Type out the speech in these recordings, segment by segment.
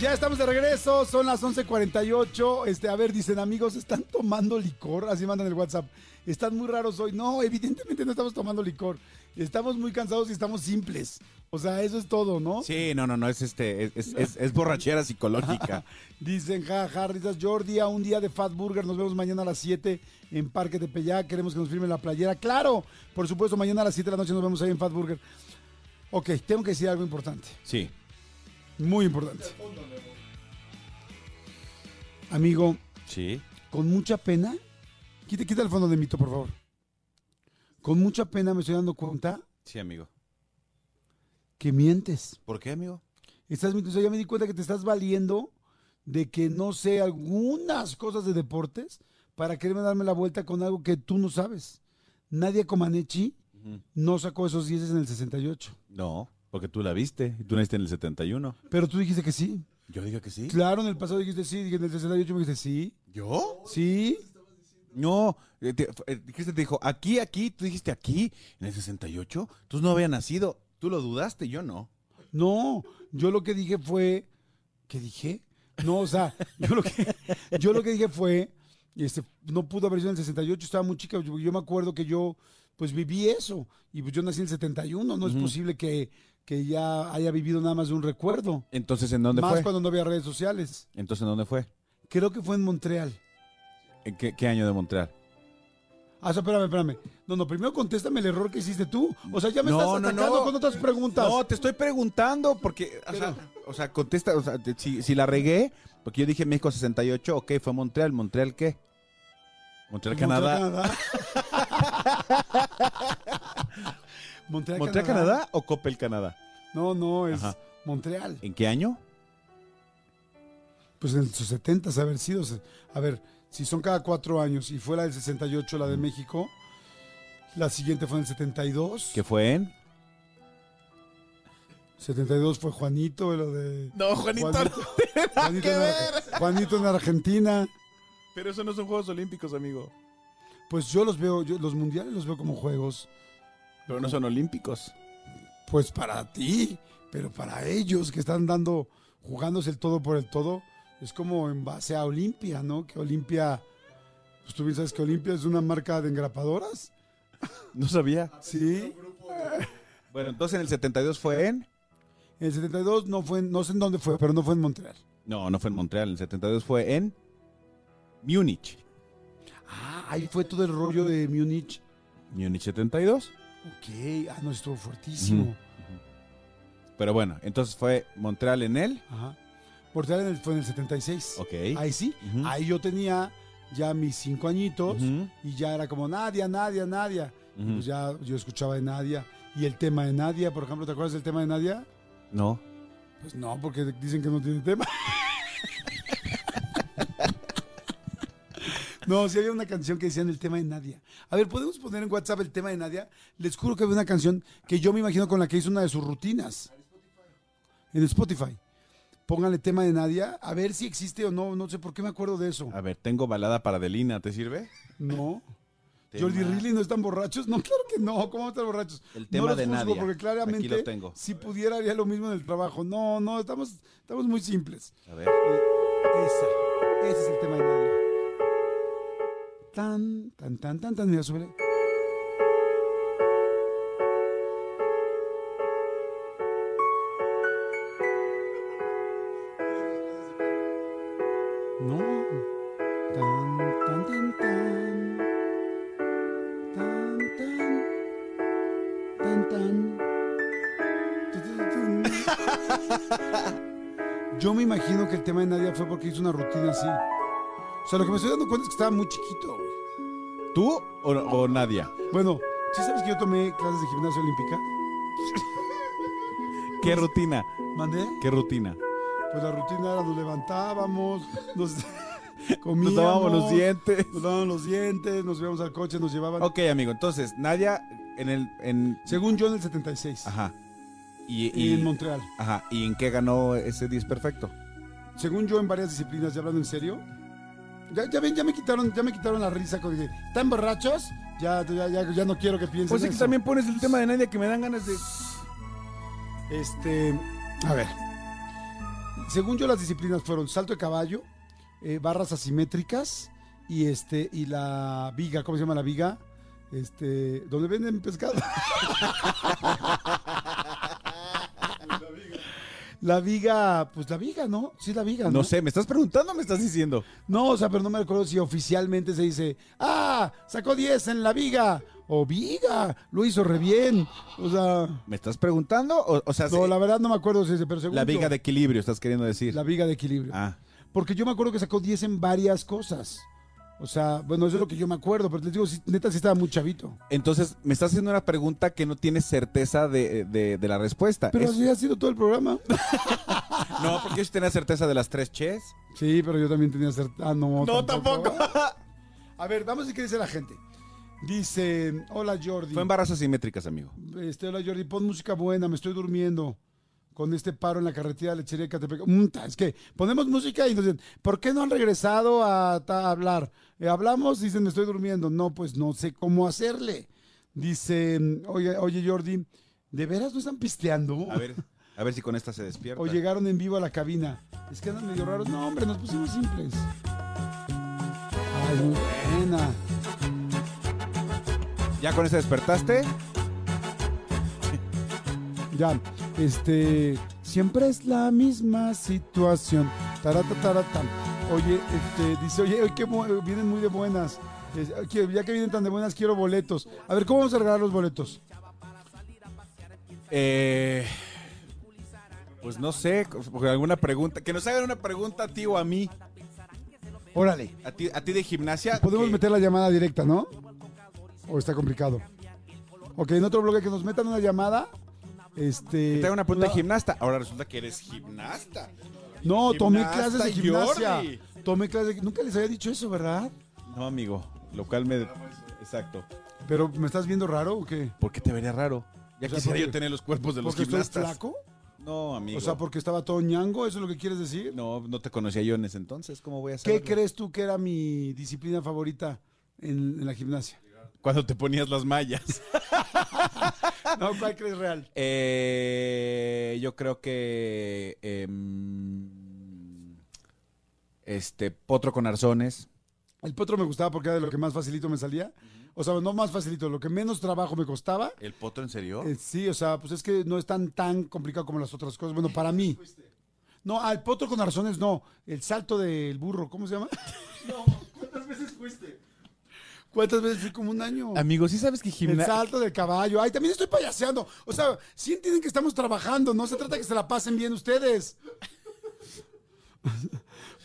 Ya estamos de regreso, son las 11:48. Este, a ver, dicen amigos, ¿están tomando licor? Así mandan el WhatsApp. Están muy raros hoy. No, evidentemente no estamos tomando licor. Estamos muy cansados y estamos simples. O sea, eso es todo, ¿no? Sí, no, no, no, es este, es, es, es- es borrachera psicológica. Dicen, jaja, risas, Jordi, a un día de Fat Burger. Nos vemos mañana a las 7 en Parque de Tepeyac. Queremos que nos firmen la playera. Claro, por supuesto, mañana a las 7 de la noche nos vemos ahí en Fat Burger. Ok, tengo que decir algo importante. Sí. Muy importante. Amigo, Sí. con mucha pena, quita, quita el fondo de mito, por favor. Con mucha pena me estoy dando cuenta Sí, amigo. que mientes. ¿Por qué, amigo? Estás mintiendo. O sea, ya me di cuenta que te estás valiendo de que no sé algunas cosas de deportes para quererme darme la vuelta con algo que tú no sabes. Nadia Comaneci no sacó esos 10 en el 68. No, porque tú la viste y tú naciste en el 71. Pero tú dijiste que sí. Yo digo que sí. Claro, en el pasado dijiste sí. dije, En el 68 me dijiste sí. ¿Yo? Sí. No, eh, te- eh, dijiste, te dijo, aquí, aquí, tú dijiste aquí, en el 68. Tú no había nacido. Tú lo dudaste, yo no. No, yo lo que dije fue. ¿Qué dije? No, o sea, yo lo que, yo lo que dije fue. Este, no pudo haber sido en el 68, estaba muy chica. Yo, yo me acuerdo que yo, pues viví eso. Y pues yo nací en el 71. No es posible que, que ya haya vivido nada más de un recuerdo. Entonces, ¿en dónde Más fue? cuando no había redes sociales. Entonces, ¿en dónde fue? Creo que fue en Montreal. ¿En qué, qué año de Montreal? Ah, o sea, espérame, espérame. No, no, primero contéstame el error que hiciste tú. O sea, ya me No, estás no, atacando no. con otras preguntas. No, te estoy preguntando porque, o, sea, o sea, contesta, o sea, te- si, si la regué, porque yo dije México 68, ok, fue Montreal, Montreal qué? Montreal, Canadá. Montreal, ¿Montreal, Canadá. o Coppel, Canadá? No, no, es Ajá. Montreal. ¿En qué año? Pues en sus 70 haber sido. se- A ver, si son cada cuatro años y fue la del 68 la de México, la siguiente fue en el 72. ¿Qué fue en? 72 fue Juanito, lo de. No, Juanito, en Ar- Juanito en Argentina. Pero eso no son Juegos Olímpicos, amigo. Pues yo los veo, yo los mundiales los veo como juegos, Pero no son olímpicos. pues para ti, pero para ellos que están dando, jugándose el todo por el todo, es como en base a Olimpia, ¿no? Que Olimpia, pues tú bien sabes que Olimpia es una marca de engrapadoras. No sabía. Sí. Bueno, entonces en el 72 fue en... En el 72 no fue, en- no sé en dónde fue, pero no fue en Montreal. No, no fue en Montreal, en el 72 fue en Múnich. Ah, ahí fue todo el rollo de Múnich. Múnich 72. Ok, ah, no, estuvo fuertísimo. Pero bueno, entonces fue Montreal en él. Ajá. Montreal en el- fue en el 76. Ok. Ahí sí, Ujú. ahí yo tenía ya mis cinco añitos Ujú. y ya era como Nadia, Nadia, Nadia. Y Ujú. Pues ya yo escuchaba de Nadia y el tema de Nadia, por ejemplo, ¿te acuerdas del tema de Nadia? No. Pues no, porque dicen que no tiene tema. No, sí había una canción que decían el tema de Nadia. A ver, ¿podemos poner en WhatsApp el tema de Nadia? Les juro que había una canción que yo me imagino con la que hizo una de sus rutinas. En Spotify. Pónganle tema de Nadia, a ver si existe o no. No sé por qué me acuerdo de eso. A ver, tengo balada para Delina, ¿te sirve? No. Tema. Jordi Riley no están borrachos. No, claro que no. ¿Cómo van a estar borrachos? El No tema los de juzgo, Nadia. Porque claramente, Aquí lo tengo. si pudiera, haría lo mismo en el trabajo. No, no, estamos, estamos muy simples. A ver. Esa, ese es el tema de Nadia. Tan, tan, tan, tan, tan. Mira, súbele. No. Tan, tan, tan, tan. Tan, tan. Tan, tan. Tu, tu, tu, tu. Yo me imagino que el tema de Nadia fue porque hizo una rutina así. O sea, lo que me estoy dando cuenta es que estaba muy chiquito, güey. ¿Tú o, o Nadia? Bueno, ¿sí sabes que yo tomé clases de gimnasia olímpica? ¿Qué rutina? ¿Mandé? ¿Qué rutina? Pues la rutina era nos levantábamos, nos, Comíamos, Nos lavábamos los dientes. Nos lavábamos los dientes, nos íbamos al coche, nos llevaban. Ok, amigo, entonces, Nadia en el... En, Según yo, en el 76. ajá. Y, Y en y- Montreal. ajá. ¿Y en qué ganó ese 10 perfecto? Según yo, en varias disciplinas, ya hablando en serio. Ya, ya ven, ya me quitaron, ya me quitaron la risa con que, ¿Están borrachos? Ya, ya, ya, ya no quiero que piensen. Pues es que eso. también pones el tema de Nadia que me dan ganas de... Este, a ver. Según yo, las disciplinas fueron salto de caballo, eh, barras asimétricas y este y la viga, ¿cómo se llama la viga? Este, donde venden pescado. La viga, pues la viga, ¿no? Sí, la viga, ¿no? No sé, ¿me estás preguntando o me estás diciendo? No, o sea, pero no me acuerdo si oficialmente se dice, ah, sacó 10 en la viga, o viga, lo hizo re bien. O sea, ¿Me estás preguntando? O, o sea, no, Ah, sí, la la, verdad no me acuerdo si se, pero según yo- viga de equilibrio, estás queriendo decir. La viga de equilibrio. Ah, Porque yo me acuerdo que sacó 10 en varias cosas. O sea, bueno, eso es lo que yo me acuerdo, pero les digo, sí, neta, sí estaba muy chavito. entonces me estás haciendo una pregunta que no tienes certeza de, de- de la respuesta. Pero Es- así ha sido todo el programa. No, porque yo sí tenía certeza de las tres ches. Sí, pero yo también tenía certeza. Ah, no, A ver, vamos a ver qué dice la gente. Dice, hola Jordi. Fue en barras asimétricas, amigo. Este, hola Jordi, pon música buena, me estoy durmiendo con este paro en la carretera de lechería de Catepec. Mm, ta, es que ponemos música y nos dicen, ¿por qué no han regresado a, ta- a hablar? Eh, hablamos, dicen, me estoy durmiendo. No, pues no sé cómo hacerle. Dice, mm, oye, oye Jordi, ¿de veras no están pisteando? A ver, a ver si con esta se despierta. O llegaron en vivo a la cabina. Es que andan medio raros. No, hombre, nos pusimos simples. Ay, muy buena. ¿Ya con esta despertaste? Ya, este, siempre es la misma situación. Tarata, tarata. Oye, este, dice, oye, hoy que bu- vienen muy de buenas. Es- que- Ya que vienen tan de buenas, quiero boletos. A ver, ¿cómo vamos a regalar los boletos? Eh, pues no sé, porque alguna pregunta. Que nos hagan una pregunta a ti o a mí. Órale. A ti, a ti de gimnasia. Podemos que- meter la llamada directa, ¿no? O está complicado. Ok, en otro bloque que nos metan una llamada. Este. Te hago una pregunta de una- gimnasta. Ahora resulta que eres gimnasta. No, tomé Gimnasta, clases de gimnasia. Jordi. Tomé clases de. Nunca les había dicho eso, ¿verdad? No, amigo. Lo cual me. Exacto. Pero, ¿me estás viendo raro o qué? ¿Por qué te vería raro? Ya O sea, quisiera porque- yo tener los cuerpos de los ¿Porque estoy gimnastas. flaco? No, amigo. O sea, porque estaba todo ñango, ¿eso es lo que quieres decir? No, no te conocía yo en ese entonces. ¿Cómo voy a ¿Qué saber? crees tú que era mi disciplina favorita en, en la gimnasia? Cuando te ponías las mallas. No, ¿cuál crees real? Eh, yo creo que. em, este, potro con arzones. El potro me gustaba porque era de lo que más facilito me salía. O sea, no más facilito, lo que menos trabajo me costaba. ¿El potro en serio? Eh, sí, o sea, pues es que no es tan, tan complicado como las otras cosas. Bueno, para mí. No, al potro con arzones no. El salto del burro, ¿cómo se llama? No, ¿cuántas veces fuiste? ¿Cuántas veces fui? Como un año. Amigo, ¿sí sabes que El gimnasia. salto del caballo. Ay, también estoy payaseando. O sea, sí entienden que estamos trabajando. No se trata que se la pasen bien ustedes.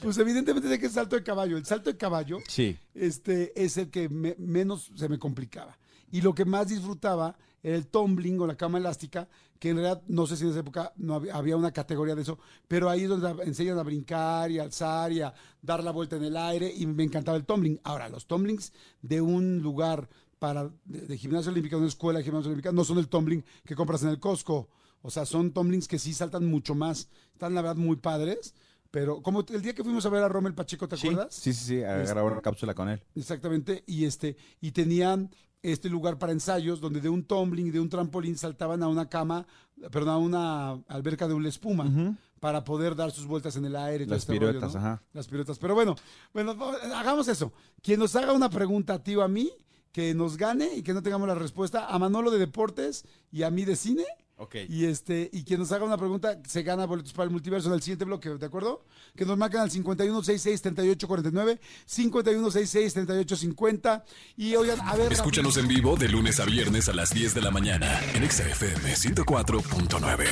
Pues evidentemente sé que es salto de caballo. El salto de caballo Sí. este, es el que me- menos se me complicaba. Y lo que más disfrutaba era el tumbling o la cama elástica, que en realidad no sé si en esa época no hab- había, una categoría de eso, pero ahí es donde ab- enseñan a brincar y alzar y a dar la vuelta en el aire y me encantaba el tumbling. Ahora, los tumblings de un lugar para de, de gimnasia olímpica, de una escuela de gimnasia olímpica, no son el tumbling que compras en el Costco. O sea, son tumblings que sí saltan mucho más. Están la verdad muy padres, pero como el día que fuimos a ver a Rommel Pacheco, ¿te acuerdas? Sí, sí, sí. A Este- grabar una cápsula con él. Exactamente, y este, y tenían este lugar para ensayos donde de un tumbling y de un trampolín saltaban a una cama, perdón, a una alberca de una espuma para poder dar sus vueltas en el aire. y todo Las este rollo, piruetas, ¿no? ajá. Las piruetas. Pero bueno, bueno, va- hagamos eso. Quien nos haga una pregunta a ti o a mí, que nos gane y que no tengamos la respuesta, a Manolo de deportes y a mí de cine. Ok. Y este, y quien nos haga una pregunta se gana boletos para el multiverso en el siguiente bloque, ¿de acuerdo? Que nos marcan al 5166-3849, 5166-3850. Y oigan, a ver. Escúchanos en vivo de lunes a viernes a las 10 de la mañana en Exa FM 104.9.